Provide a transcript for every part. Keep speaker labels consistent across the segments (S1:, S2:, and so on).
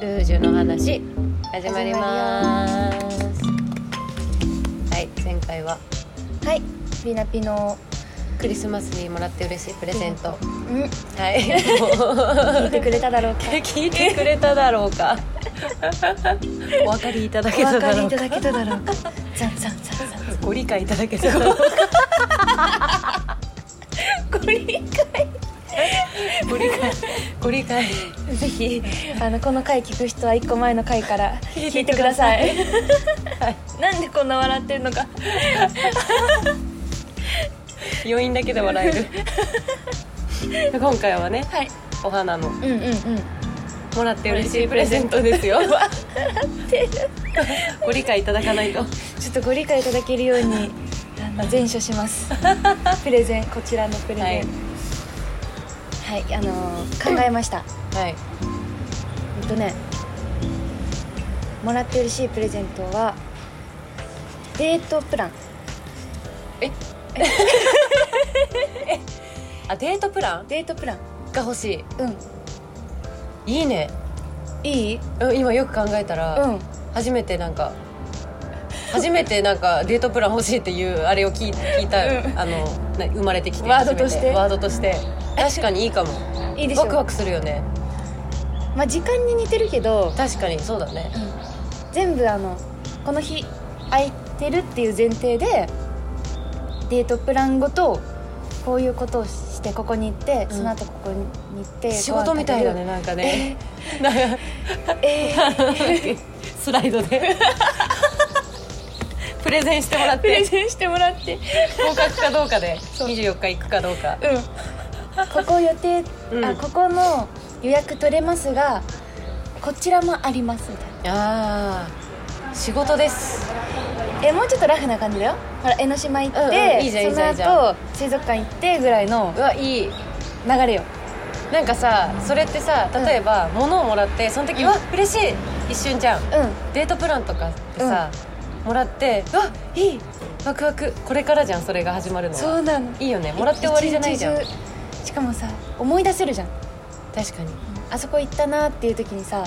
S1: ルージュの話始まりますはい前回は
S2: はいピナピの
S1: クリスマスにもらって嬉しいプレゼントは
S2: うん聞
S1: い
S2: いてくれただろうか
S1: 聞いてくれただろうか お分かりいただけ
S2: お
S1: た
S2: 分か
S1: だ
S2: り
S1: ろ
S2: いう
S1: か
S2: ただけただろうかザンザンザンザン
S1: ご理解いただけただろうか
S2: ご理
S1: ご理解ご理解
S2: 解ぜひあのこの回聞く人は一個前の回から聞いてください
S1: はい
S2: なんでこんな笑ってるのか
S1: 余韻だけで笑え る今回はね
S2: はい
S1: お花の
S2: うんうんうん
S1: もらって嬉しいプレゼントですよ ご理解いただかないと
S2: ちょっとご理解いただけるようにあの善処します プレゼンこちらのプレゼン
S1: はい
S2: はい、あのー考えました
S1: はい
S2: えっとねもらって嬉しいプレゼントはデートプラン
S1: あデートプラン
S2: デートプラン
S1: が欲し
S2: うん
S1: いいいね
S2: いい
S1: うん今よく考えたら、
S2: うん
S1: 初めてなんか初めてなんかデートプラン欲しいっていうあれを聞い聞いた、
S2: うん
S1: あのな生まれてきて
S2: ワードとして
S1: 初めワードとして確かにいいかも
S2: いいでしょ
S1: ワクワクするよね
S2: まあ時間に似てるけど、
S1: 確かにそうだね
S2: 全部あのこの日空いてるっていう前提でデートプランごとこういうことをしてここに行って、
S1: ん
S2: その後ここに行って
S1: 仕事みたいだねなんかね、なんか
S2: えー、
S1: スライドで プレゼンしてもらっ
S2: プレ
S1: て
S2: ゼンしてもらって
S1: 合格かどうかで24日行くかどうか
S2: うんここ予定、
S1: うん
S2: あここの予約取れますがこちらもありますみたい
S1: ああ仕事です
S2: なえもうちょっとラフな感じだよほら江ノ島行って、
S1: うんうんいいじゃんいいじゃんいい
S2: そ
S1: じゃ
S2: の後水族館行ってぐらいの
S1: うわいい
S2: 流れよ
S1: なんかさそれってさ例えば物をもらってその時「
S2: うん
S1: わ嬉しい!」一瞬じゃん
S2: う
S1: デートプランとかってさ、もらって「うわいいワクワクこれからじゃんそれが始まるの
S2: ん
S1: は
S2: そうなの
S1: いいよねもらって終わりじゃないじゃん
S2: 一日中しかもさ思い出せるじゃん
S1: 確かに
S2: あそこ行ったなっていう時にさ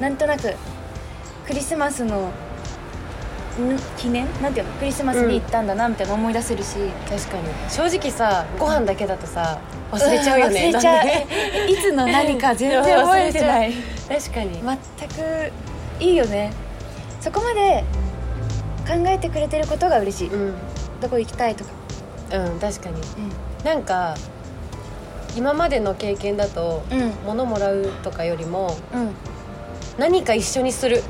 S2: なんとなくクリスマスのん記念なんていうのクリスマスに行ったんだなみたいな思い出せるし、
S1: 確かに正直さご飯だけだとさ忘れちゃうよね、
S2: ん忘れちゃ
S1: な
S2: う
S1: んで
S2: えいつの何か全然覚えてない
S1: 確かに、
S2: 全くいいよねそこまで考えてくれてることが嬉しい、
S1: うん
S2: どこ行きたいとか
S1: うん確かになんか今までの経験だと
S2: うんうん
S1: 物もらうとかよりも
S2: うん
S1: 何か一緒にする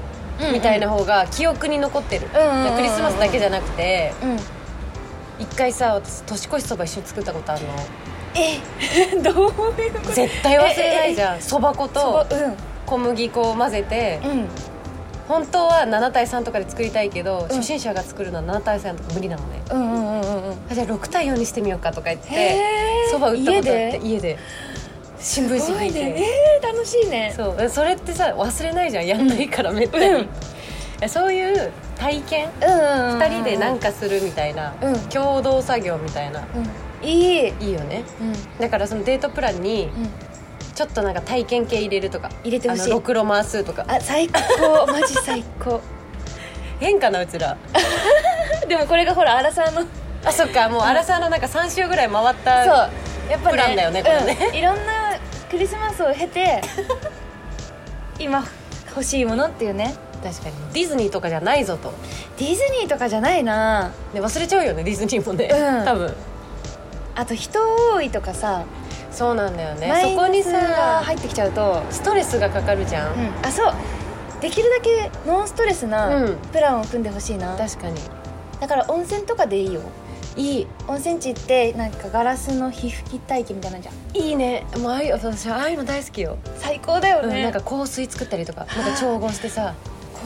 S1: みたいな方が記憶に残ってる、
S2: うんうんうんうん
S1: クリスマスだけじゃなくて
S2: うん
S1: 一回さ私年越しそば一緒に作ったことあるの
S2: えどういうこと
S1: 絶対忘れないじゃんそば粉と
S2: そこ
S1: 小麦粉を混ぜて
S2: うんうん
S1: 本当は7対3とかで作りたいけど、
S2: ん
S1: 初心者が作るのは7対3とか無理なのね
S2: うんうんうんうんうん
S1: あじゃあ6対4にしてみようかとか言っ
S2: へ
S1: て
S2: ー
S1: そば打ったことあって
S2: 家で
S1: 家で新聞紙
S2: すご
S1: 引
S2: い
S1: いて、
S2: ねえー、楽しいね
S1: そうそれってさ忘れないじゃんやんないからめったに、
S2: うん
S1: えそういう体験
S2: うんうんうん
S1: 2人でなん
S2: か
S1: かするみたいな、
S2: うん
S1: 共同作業みたいな
S2: うんいいうん
S1: いいよねだからそのデートプランに
S2: うん
S1: ちょっとなんか体験系入れるとか
S2: 入れて
S1: あ
S2: ほ
S1: の
S2: しい
S1: ろくろ回すとか
S2: あ最高マジ最高
S1: 変かなうちら
S2: でもこれがほら荒さんのそう
S1: あそっかもう荒沢のなんか3周ぐらい回った
S2: やっぱね
S1: プランだよねこれね
S2: うんいろんなクリスマスを 経て今欲しいものっていうね
S1: 確かにディズニーとかじゃないぞと
S2: ディズニーとかじゃないな
S1: で忘れちゃうよねディズニーもね、
S2: うん
S1: 多分
S2: あと人多いとかさ、
S1: そうなんだよね
S2: マイ
S1: そこに
S2: ナスが
S1: さ
S2: 入ってきちゃうと
S1: ストレスがかかるじゃ、
S2: うんんあそうできるだけノンストレス
S1: う
S2: なんプランを組んでほしいな、
S1: 確かに
S2: だから温泉とかでいいよ
S1: いい
S2: 温泉地ってなんかガラスの皮膚き体験みたいなんじゃん
S1: いいねもうああいう私ああいうの大好きよ、
S2: 最高だよ
S1: うん、
S2: ね、
S1: なんか香水作ったりとかなんか調合してさ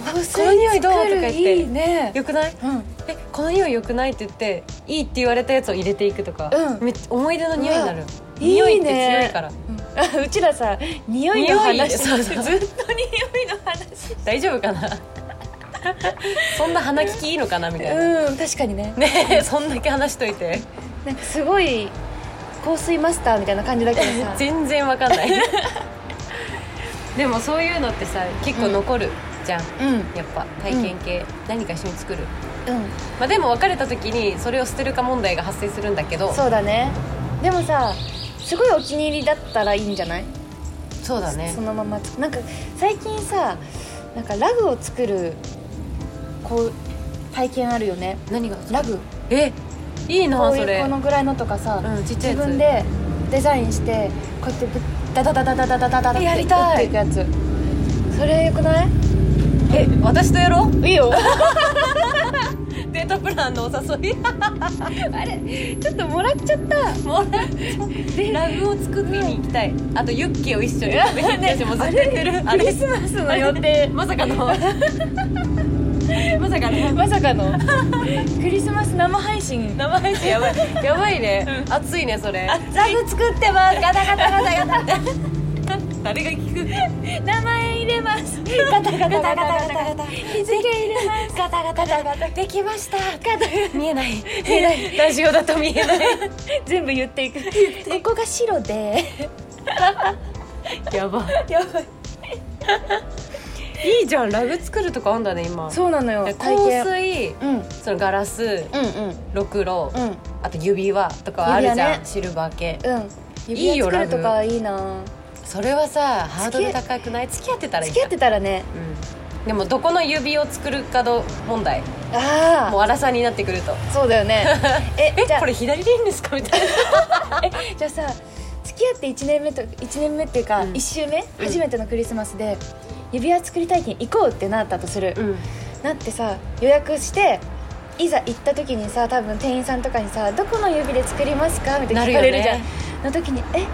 S2: 香水
S1: この匂いどう
S2: 作る
S1: とか言って
S2: いいね
S1: よくない
S2: うん
S1: えこの匂い良くないって言っていいって言われたやつを入れていくとか、
S2: うん
S1: めっちゃ思い出の匂いになる
S2: うわ
S1: 匂いっ
S2: いい
S1: て
S2: ね
S1: 強いから
S2: あうちらさ匂いの話
S1: 匂いそうそう
S2: ずっと匂いの話
S1: 大丈夫かな そんな鼻利きいいのかなみたいな、
S2: うん確かにね
S1: ねえそんだけ話しといて
S2: なんかすごい香水マスターみたいな感じだけどさ
S1: 全然わか んないでもそういうのってさ結構残るじゃん、
S2: うんうん
S1: やっぱ体験系、何か一緒に作る、
S2: う
S1: まあ、でも別れた時にそれを捨てるか問題が発生するんだけど
S2: んそうだねでもさすごいお気に入りだったらいいんじゃない
S1: そうだね
S2: そのままつなんか最近さなんかラグを作るこう体験あるよね
S1: 何が
S2: ラグ
S1: えいい
S2: こ
S1: な
S2: う
S1: そ
S2: いう
S1: れ
S2: このぐらいのとかさ、
S1: うんちっちゃい
S2: 自
S1: やつ
S2: 分でデザインしてこうやってぶダダダダダダダダダって
S1: やりたい
S2: 打っていくやつそれよくない
S1: え私とやろう
S2: いいよ
S1: デートプランのお誘い
S2: あれ ちょっともらっちゃった
S1: もうラブを作りに行きたい、あとユッケを 一緒に食べに行きたいしもう
S2: あ
S1: 絶対言ってる
S2: れクリスマスの予定
S1: まさかのまさかの
S2: まさか のクリスマス生配信
S1: 生配信やばいやばいね、熱いねそれ
S2: ラグ作ってますガタガタガタガタ
S1: 誰が聞く
S2: 名前入れますガタガタガタガタガタ日付入れますガタガタガタガタできましたガタ
S1: 見えない見え ないラジオだと見えない
S2: 全部言っていくここが白で
S1: やば
S2: やばい
S1: いいじゃんラグ作るとかあんだね今
S2: そうなのよ
S1: で
S2: 体験
S1: 香水
S2: うん
S1: そのガラス
S2: うんうん
S1: ろくろ
S2: うん
S1: あと指輪とかあるじゃん、
S2: 指輪ね
S1: シルバー系
S2: うん
S1: いい
S2: 指
S1: よ
S2: 輪作ると
S1: ラ
S2: かいいな
S1: それはさハードル
S2: 付
S1: 高くない付き合ってたらいい
S2: 付
S1: じ
S2: き合
S1: ゃ
S2: っ
S1: ん
S2: てたらね
S1: うんでもどこの指を作るかど問題
S2: あ
S1: もう
S2: あ
S1: 荒さになってくると
S2: そうだよ ねえ
S1: え
S2: じゃあ
S1: これ左でいいんですかみたいな
S2: じゃあさ付き合って1年目と1年目っていうか
S1: うん
S2: 1週目、初めてのクリスマスで指輪作り体験行こうってなったとする、
S1: うん
S2: なってさ予約していざ行った時にさ多分店員さんとかにさ「どこの指で作りますか?」みたいな聞かれるじゃ
S1: なる
S2: ん、
S1: よね
S2: の時に「え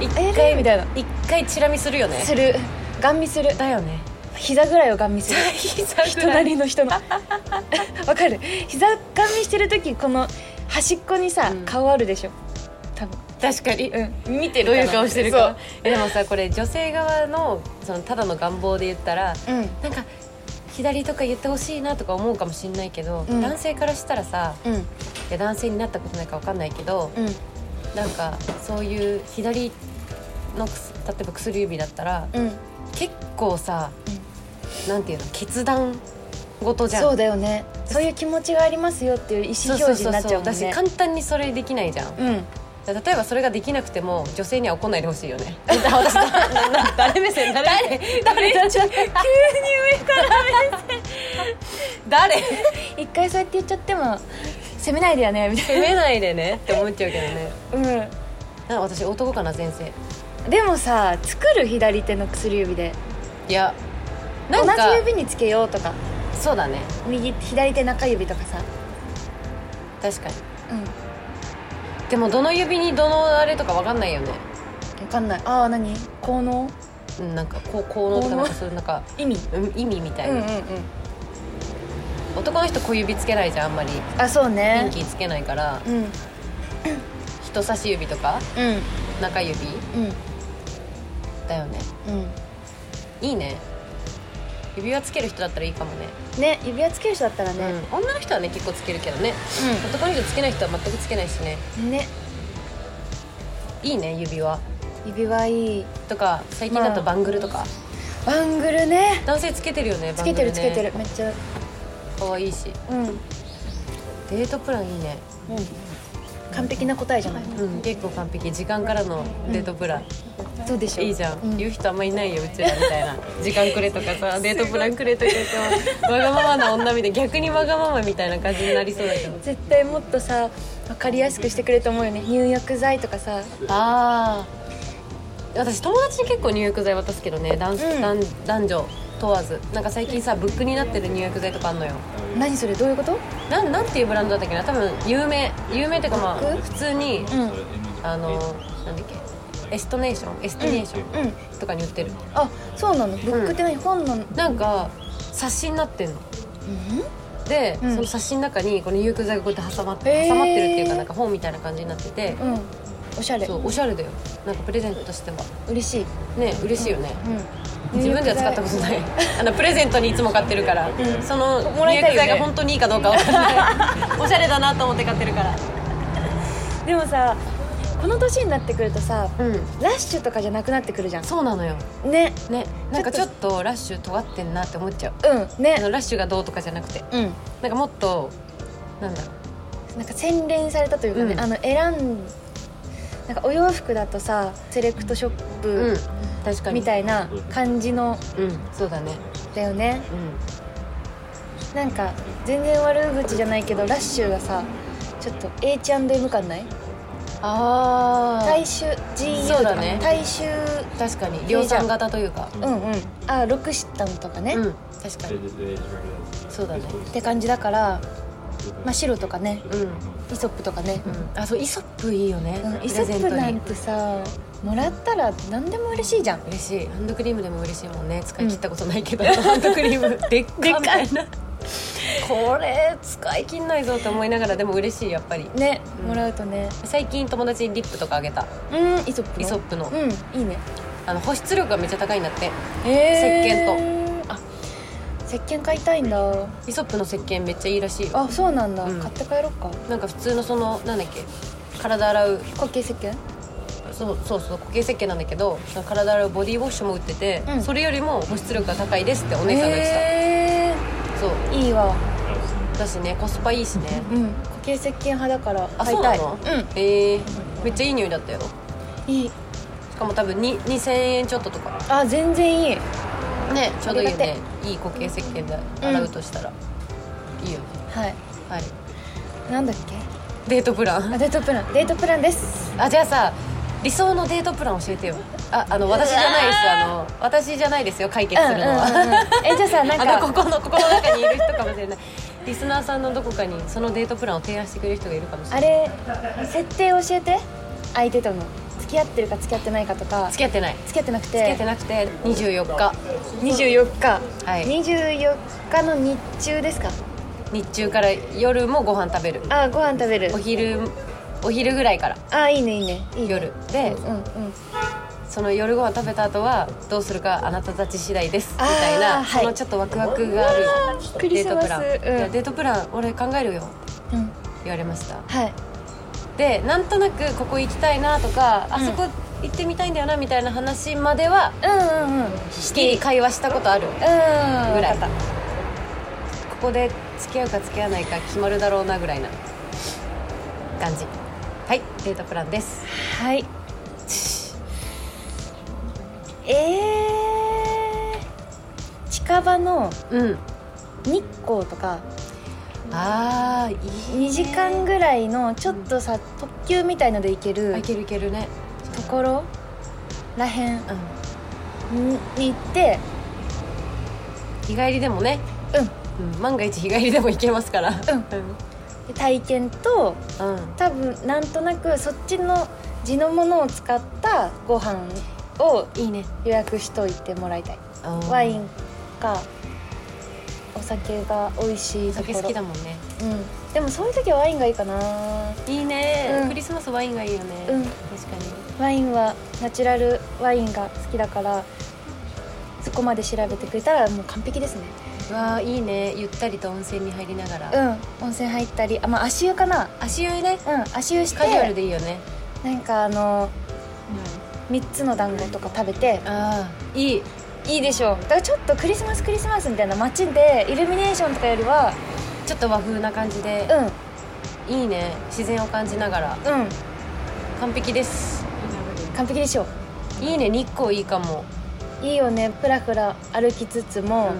S1: 一
S2: え
S1: 回
S2: みたいな
S1: 一回チラ見するよね
S2: する」「ガン見する」
S1: だよね
S2: 「膝ぐらいをガン見する」
S1: 膝ぐ
S2: 人
S1: ら
S2: ないりの人のわかる膝ガン見してる時この端っこにさ、
S1: うん
S2: 顔あるでしょ多分
S1: 確かに、うん、
S2: 見て
S1: どういう顔してるか
S2: う
S1: なえでもさこれ女性側のそのただの願望で言ったら
S2: うん
S1: なんか左とか言ってほしいなとか思うかもしんないけど、
S2: うん
S1: 男性からしたらさ
S2: うん
S1: いや男性になったことないかわかんないけど、
S2: うん
S1: なんかそういう左のくす例えば薬指だったら
S2: うん
S1: 結構さ、なんていうの決断ごとじゃん
S2: そうだよねそういう気持ちがありますよっていう意思
S1: そう
S2: 表
S1: そう
S2: 示
S1: そ
S2: に
S1: う
S2: なっち
S1: そ
S2: ゃ
S1: う
S2: うもん
S1: だし
S2: ね
S1: 簡単にそれできないじゃん
S2: うん
S1: 例えばそれができなくても女性には怒んないでほしいよ ね私だなな誰目線誰目線誰誰急に上から目線
S2: 一回そうやって言っちゃっても責めないでよねみたい
S1: 誰責めないでねって思っちゃうけどね
S2: な
S1: なんか私男かな前世
S2: うんでもさ作る左手の薬指で
S1: いやな
S2: 同
S1: んか
S2: じ指につけようとか
S1: そうだね
S2: 右左手中指とかさ
S1: 確かに
S2: う
S1: でもどの指にどのあれとかわかんないよね
S2: んわかんないああ何効能
S1: うんなんかこう効能とかなんかそういうなんか
S2: 意味
S1: うん意味みた
S2: う
S1: い
S2: んうんう
S1: な、
S2: ん
S1: 男の人小指つけないじゃんあんまり
S2: あそう
S1: ピン
S2: ね
S1: キーつけないから
S2: うんうん
S1: 人差し指とか中指
S2: うん
S1: だよね
S2: う
S1: いいね指輪つける人だったらいいかもね、
S2: んね指輪つける人だったらね
S1: うん、女の人はね結構つけるけどね男の人つけない人は全くつけないしね
S2: うんね
S1: いいね指輪
S2: 指輪いい
S1: とか最近だと
S2: ま
S1: バングルとか、
S2: バングルね
S1: 男性つけてるよね
S2: つけてるつけて
S1: る
S2: るめっちゃ
S1: 可愛いし
S2: うんうん
S1: デートプランいいね
S2: 完璧な答えじゃない
S1: うん結構完璧時間からのデートプラン、
S2: そうでしょ
S1: いいじゃん、
S2: う
S1: 言う人あんまいないようちらみたいな時間くれとかさデートプランくれとかさわがままな女みたい逆にわがままみたいな感じになりそうだけど
S2: 絶対もっとさ分かりやすくしてくれると思うよね入浴剤とかさ
S1: ああ私友達に結構入浴剤渡すけどね男,、
S2: うん
S1: 男男女問わずなんか最近さブックになってる入浴剤とかあんのよ
S2: 何それどういうこと
S1: なんなんていうブランドだったっけな多分有名有名っていうかま
S2: ブッ
S1: あ
S2: ク
S1: 普通に、
S2: うんうん
S1: あのなんだっけエストネーションエスティネーションとかに売ってる、
S2: あそうなのブックって何、本なの
S1: なんか冊子になってんので、
S2: うん
S1: その冊子の中にこの入浴剤がこうやって挟まって、
S2: へー
S1: 挟まってるっていうかなんか本みたいな感じになってて、
S2: うん、うん、おしゃれ
S1: そうおしゃれだよなんかプレゼントとしては
S2: 嬉しい、
S1: ね嬉しいよね、
S2: うん、
S1: 自分では使ったことないあのプレゼントにいつも買ってるから、
S2: ん
S1: その
S2: もら
S1: 入
S2: いた
S1: 浴
S2: いよね
S1: 剤が 本当にいいかどうかわかんないおしゃれだなと思って買ってるから
S2: とでもさこの年になってくるとさ
S1: うん
S2: ラッシュとかじゃなくなってくるじゃ
S1: そうなのよ
S2: んね
S1: ねなんかちょっとラッシュ尖ってんなって思っちゃう
S2: うん
S1: あ
S2: ね
S1: のラッシュがどうとかじゃなくて
S2: うん
S1: なんかもっとなんだろう
S2: なんか洗練されたというかね、
S1: うん
S2: あの選んなんかお洋服だとさセレクトショップ
S1: 確かに
S2: みたいな感じの
S1: うんそうだね
S2: だよね
S1: うん
S2: なんか全然悪口じゃないけどラッシュがさちょっと H&M 感ない
S1: あ
S2: 大衆 GU
S1: そう
S2: と
S1: だ
S2: か、
S1: ね
S2: ね、大衆
S1: 確かに
S2: じゃん
S1: 量産型というか
S2: うんうんあロクシタンとかね、
S1: う
S2: っ
S1: ん確かにそうだね
S2: て感じだから、まあ、白とかね
S1: うんうん
S2: イソップとかね、
S1: あそうイソップいいよね
S2: うん、イ
S1: プ
S2: ソ
S1: レゼ
S2: ッ
S1: ン
S2: プ
S1: ト
S2: なん
S1: に
S2: てさもらったら何でも嬉しいじゃん
S1: 嬉しいハンドクリームでも嬉しいもんね使い切ったことないけどハンドクリーム でっかみたいなこれ使い切んないぞって思いながらでも嬉しいやっぱり
S2: ね、
S1: うん
S2: もらうとね
S1: 最近友達にリップとかあげた
S2: うんイソップの
S1: イソップの
S2: うんいいね
S1: あの保湿力がめっちゃ高いんだって
S2: え石鹸とあ石鹸買いたいんだ
S1: イソップの石鹸めっちゃいいらしいよ
S2: あそうなんだ、
S1: うん
S2: 買って帰ろっか
S1: なんか普通のそのなんだっけ体洗う
S2: 固形石鹸
S1: そうそうそう固形石鹸なんだけどその体洗うボディウォッシュも売ってて、
S2: うん
S1: それよりも保湿力が高いですってお
S2: お
S1: 姉さんが言ってた、
S2: え
S1: そう
S2: ー、いいわ
S1: だしねコスパいいしね
S2: うん固形石鹸派だから
S1: あ
S2: 買いたい
S1: そうな
S2: うん
S1: えー、めっちゃいい匂いだったよし
S2: いい
S1: かも多分に2000円ちょっととか
S2: あ全然いい
S1: ねちょうどいいよ
S2: あり
S1: ね
S2: が
S1: いい固形石鹸で洗うとしたら、いいよね
S2: はい
S1: はい
S2: なんだっ
S1: デートプラン
S2: けあデートプランデートプランです
S1: あじゃあさ理想のデートプラン教えてよああの私じゃないですあの私じゃないですよ解決するのは、
S2: えじゃ あさなん
S1: あ
S2: か
S1: のここのここの中にいる人かもしれないリスナーさんのどこかにそのデートプランを提案してくれる人がいるかもしれ
S2: あ
S1: ない
S2: れ設定教えて相手との付き合ってるか付き合ってないかとか
S1: 付き合ってない
S2: 付き合ってなくて
S1: 付き合ってなくて24日
S2: 24日
S1: はい
S2: 24日の日中ですか
S1: 日中から夜もご飯食べる
S2: あご飯食べる
S1: お昼お昼ぐらいから
S2: あいいねいいねいいね
S1: 夜で
S2: うんうん
S1: その夜ご飯食べた後はどうするかあなたたち次第ですみ
S2: あー
S1: たいな、
S2: はい
S1: そのちょっとワクワクがある
S2: ークリ
S1: デ
S2: ス
S1: ート
S2: マ
S1: プ
S2: ス
S1: ラン、
S2: うん
S1: いやデートプラン俺考えるよ
S2: うん
S1: 言われました
S2: はい
S1: でなんとなくここ行きたいなとか、あ
S2: うん
S1: そこ行ってみたいんだよなみたいな話までは
S2: うんうんうんうん
S1: して会話したことあるぐ
S2: ぐ
S1: らいここで付き合うか付き合わないか決まるだろうなぐらいな感じはいデートプランです
S2: はいえー、近場の
S1: うん
S2: 日光とか
S1: ああいい
S2: 2時間ぐらいのちょっとさ特急みたいので行け
S1: あい
S2: る
S1: けるいけるね
S2: ところらへん
S1: うん
S2: に行って
S1: 日帰りでもね
S2: うん
S1: うん、万が一日帰りでも行けますから
S2: うんで体験と
S1: うん、うん、
S2: 多分なんとなくそっちの地のものを使ったご飯を
S1: いいね
S2: 予約しといてもらいたいワインかお酒が美味しい
S1: お
S2: とこ
S1: 酒
S2: ろ
S1: 好きだもんね
S2: うん、でもそういう時はワインがいいかない
S1: いね、
S2: うん
S1: クリスマスワインがいいよね、
S2: うん
S1: 確かに
S2: ワインはナチュラルワインが好きだからそこまで調べてくれたらもう完璧ですね
S1: うわあいいねゆったりと温泉に入りながら、
S2: うん温泉入ったりあまあ足湯かな
S1: 足湯ね
S2: うん足湯して
S1: カジュアルでいいよね、
S2: なんかあの3つの団子とか食べて
S1: ああいい
S2: いいでしょうだからちょっとクリスマスクリスマスみたいな街でイルミネーションとかよりは
S1: ちょっと和風な感じで、
S2: うん
S1: いいね自然を感じながら
S2: うん
S1: 完璧です
S2: 完璧でしょう
S1: いいね日光いいかも、
S2: いいよねプラプラ歩きつつ
S1: う
S2: も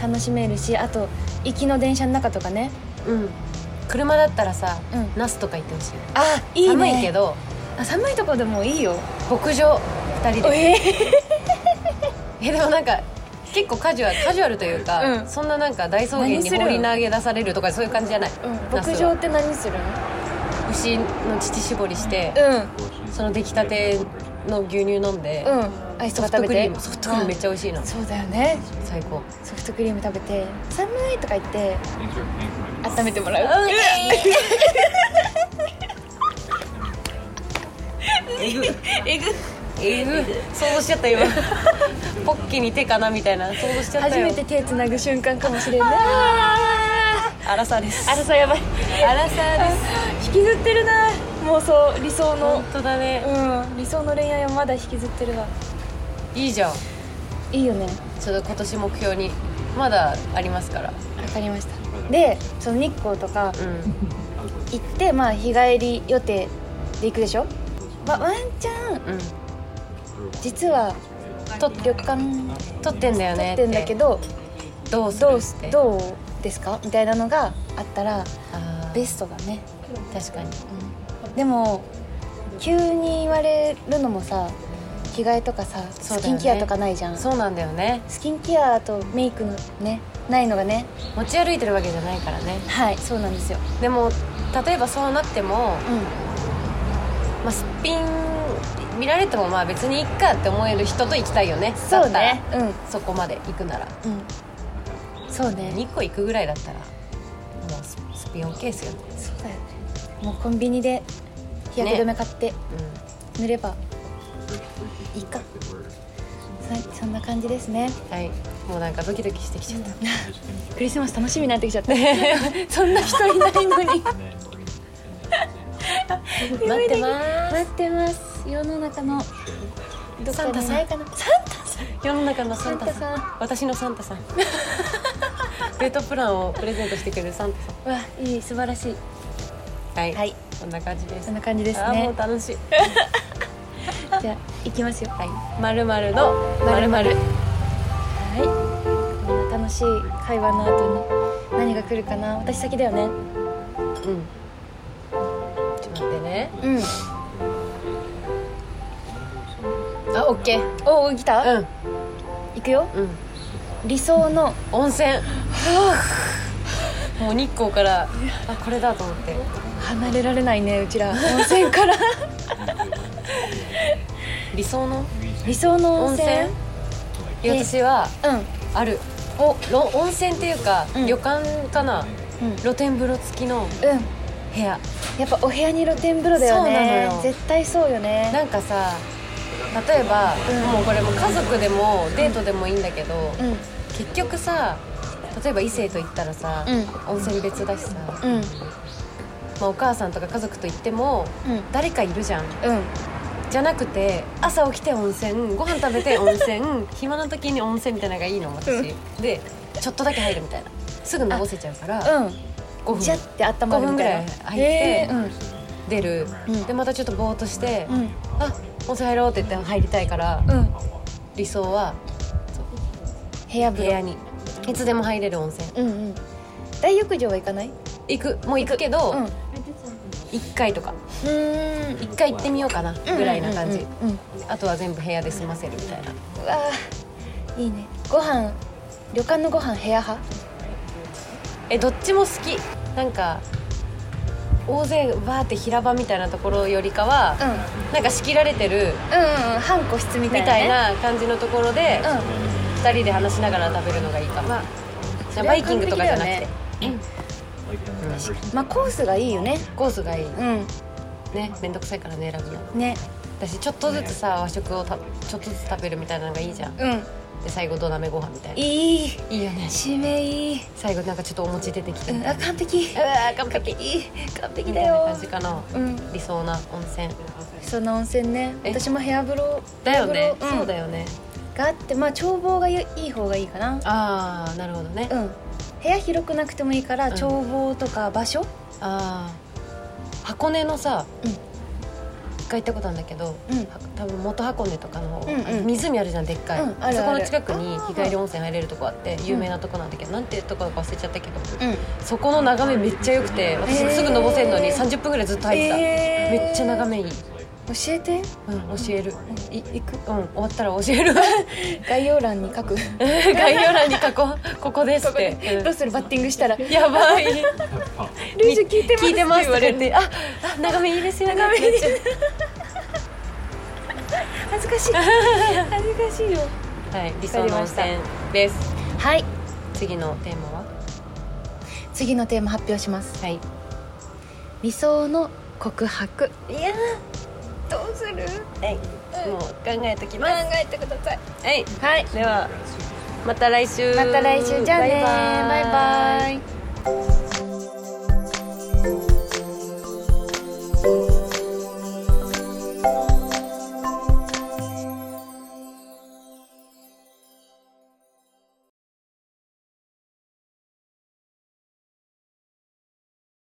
S2: 楽しめるし、あと行きの電車の中とかね
S1: ん、うん、車だったらさ、
S2: うん
S1: 那須とか行ってほしい
S2: あいいね
S1: 寒いけど
S2: あ寒いとこでもいいよ
S1: 牧場2人で
S2: え
S1: えでもなんか結構カジュアルカジュアルというか、
S2: うん
S1: そんななんか大草原
S2: 何
S1: に
S2: する
S1: 放り投げ出されるとかそういう感じじゃない、
S2: うん、
S1: ナス
S2: 牧
S1: は
S2: 場って何する
S1: 牛の乳搾りして、
S2: の
S1: その出来たての牛乳飲んで、
S2: うんうんアイス
S1: ソ
S2: とか
S1: フト
S2: 食べ
S1: クリ
S2: て
S1: ームソフトクリームめっちゃ美味しいの
S2: あそうだよね
S1: 最高
S2: ソフトクリーム食べて寒いとか言って温めてもらう、
S1: えぐえぐえぐ想像しちゃった今 ポッキーに手かなみたいな想像しちゃった
S2: 初
S1: よ
S2: めて手つなぐ瞬間かもしれない
S1: アラサーです
S2: あらさやばい
S1: アラサーです
S2: 引きずってるな妄想理想の
S1: 本当だね、
S2: うん理想の恋愛をまだ引きずってるわ
S1: いいじゃん
S2: いいよね
S1: ちょっと今年目標にまだありますから
S2: わかりましたでその日光とか
S1: うん
S2: 行ってまあ日帰り予定で行くでしょわワンチャン
S1: うん
S2: 実は
S1: と
S2: 旅館
S1: 撮ってんだよ
S2: 取
S1: ね
S2: ってんだけど
S1: どうする
S2: どう
S1: って
S2: どうですかみたいなのがあったら
S1: あー
S2: ベストだね
S1: 確かに
S2: でも急に言われるのもさ着替えとかさ、
S1: そう
S2: ス
S1: だよ
S2: キン
S1: ね
S2: ケアとかないじゃん
S1: そうなんだよね
S2: スキンケアとメイクのねないのがね
S1: 持ち歩いてるわけじゃないからね
S2: はいそうなんですよ
S1: でも例えばそうなっても、
S2: う
S1: まあ、すっぴん見られてもまあ別にいっかって思える人と行きたいよね
S2: んそう
S1: だ
S2: ね
S1: った
S2: う
S1: らそこまで行くなら
S2: んうんそうね
S1: 2個行くぐらいだったらもうすすっぴん OK ですよね、
S2: そうだよねもうコンビニで日焼け止め買って塗ればいいか、そそんな感じですね
S1: うん、はいもうなんかドキドキしてきちゃった、
S2: クリスマス楽しみになってきちゃった
S1: そんな人いないの に待ってま
S2: 待ってます世の中のど
S1: サ
S2: こ
S1: ンタ
S2: に
S1: さん
S2: ないかなサンタさ
S1: す
S2: ん
S1: 世の中のサンタさん
S2: サンタさ
S1: 私のサンタ さんデートプランをプレゼントしてくれるサンタさ
S2: うわいい素晴らしい
S1: んはい、
S2: はい
S1: こんな感じです
S2: そんな感じです
S1: あーも
S2: ね
S1: う楽しい
S2: じゃあ行きますよ
S1: はい、まるまるのまるまる。
S2: はいこんな楽しい会話の後に何が来るかな私先だよね
S1: うん。ちょっと待ってね。
S2: うん
S1: あ、オッケー。
S2: おお来た、
S1: うん、
S2: 行くよ
S1: うん。
S2: 理想の
S1: 温泉。 もう日光から、あ、これだと思って。
S2: 離れられないねうちら温泉から
S1: 理想の
S2: 理想の温
S1: 温
S2: 泉
S1: 泉。いや
S2: え
S1: 私は、
S2: うん
S1: ある。お、ろ、温泉っていうか、
S2: うん
S1: 旅館かな。
S2: うん
S1: 露天風呂付きの
S2: うん
S1: 部屋。
S2: やっぱお部屋に露天風呂だよ
S1: そ
S2: ね
S1: うなのよ
S2: 絶対そうよね
S1: なんかさ。例えば、
S2: うん
S1: もうこれも家族でもデートでもいいんだけど、
S2: うん
S1: 結局さ例えば異性と行ったらさ、
S2: う
S1: 温泉別だしさ、
S2: うん
S1: まあ、お母さんとか家族と行っても
S2: うん
S1: 誰かいるじゃん
S2: うん
S1: じゃなくて朝起きて温泉ご飯食べて温泉 暇な時に温泉みたいなのがいいの私、でちょっとだけ入るみたいなすぐのぼせちゃうから5
S2: うん
S1: 分
S2: じゃって温ま
S1: 5
S2: るみたいな
S1: 分ぐらい入って
S2: えー
S1: 出る、
S2: うん
S1: でまたちょっとぼーっとして、
S2: うん
S1: あ温泉入ろうって言って入りたいから、
S2: うんうん
S1: 理想は
S2: 部屋
S1: 部
S2: 風呂
S1: 屋にいつでも入れる温泉
S2: うんうん大浴場は行かない
S1: 行くもう行くけど、
S2: うんう
S1: 1回とか
S2: ーん
S1: 1回行ってみようかなぐらいな感じ、
S2: うんうんうんうん
S1: あとは全部部屋で済ませるみたいな
S2: うわーいいねご飯旅館のご飯部屋派
S1: えどっちも好きなんか大勢バーって平場みたいなところよりかは、
S2: うんうん
S1: なんか仕切られてる
S2: うんうん半個室み
S1: み
S2: たいな
S1: たい
S2: ね
S1: な感じのところで、二2人で話しながら食べるのがいいかも、
S2: それは
S1: バイキングとかじゃなくて、
S2: 完璧うんまあコースがいいよね
S1: コースがいい
S2: うん
S1: ねめんどくさいからね選ぶの
S2: ね
S1: 私ちょっとずつさ和食をたちょっとずつ食べるみたいなのがいいじゃん
S2: うん
S1: で最後土鍋ご飯みたいない
S2: い
S1: いいよね
S2: 締めいい
S1: 最後なんかちょっとお餅出てきて
S2: う
S1: み
S2: ん
S1: た
S2: あ
S1: いな
S2: 完璧
S1: うわー完璧み
S2: 完璧
S1: た
S2: だ
S1: いな
S2: よ
S1: 感じかな
S2: うん
S1: 理想な温泉
S2: そんな温泉ね
S1: え
S2: 私も部屋風呂
S1: だよね、
S2: 部屋風呂うん
S1: そうだよね
S2: があってまあ眺望がいい方がいいかな
S1: ああなるほどね、
S2: うん部屋広くなくてもいいから
S1: うん
S2: 眺望とか場所
S1: ああ箱根のさ、
S2: うん
S1: 一回行ったことあるんだけど、
S2: うん
S1: は多分元箱根とかの、
S2: うんうん
S1: あの湖あるじゃんでっかい、
S2: うんあるある
S1: そこの近くに日帰り温泉入れるとこあって有名なとこなんだけど、なんていうとこだか忘れちゃったけど、
S2: うん
S1: そこの眺めめっちゃ良くて私
S2: へー
S1: すぐ登せんのに30分ぐらいずっと入ってた、
S2: えー
S1: めっちゃ眺めいい、
S2: 教え
S1: う
S2: て
S1: ん、教える、い行くうん終わったら教える
S2: 概要欄に書く
S1: 概要欄に書こうここですって
S2: どうするバッティングしたら「ル
S1: うん やばい
S2: ージュ聞いてます」
S1: 聞いてますっ
S2: っ
S1: てて
S2: 言われ
S1: 言ってああ眺めいいですよね
S2: 眺めいい
S1: めっちゃ
S2: て恥ずかしい恥ずかしいよ
S1: はい、理想の温泉です。
S2: はい
S1: 次のテーマは。
S2: 次のテーマ発表します
S1: はい。
S2: 理想の告白
S1: いや、
S2: どうする
S1: はい、もう考えときます。
S2: えてください
S1: はい、はい、では、また来週。
S2: また来週じゃあね
S1: バイバイ
S2: バイバイ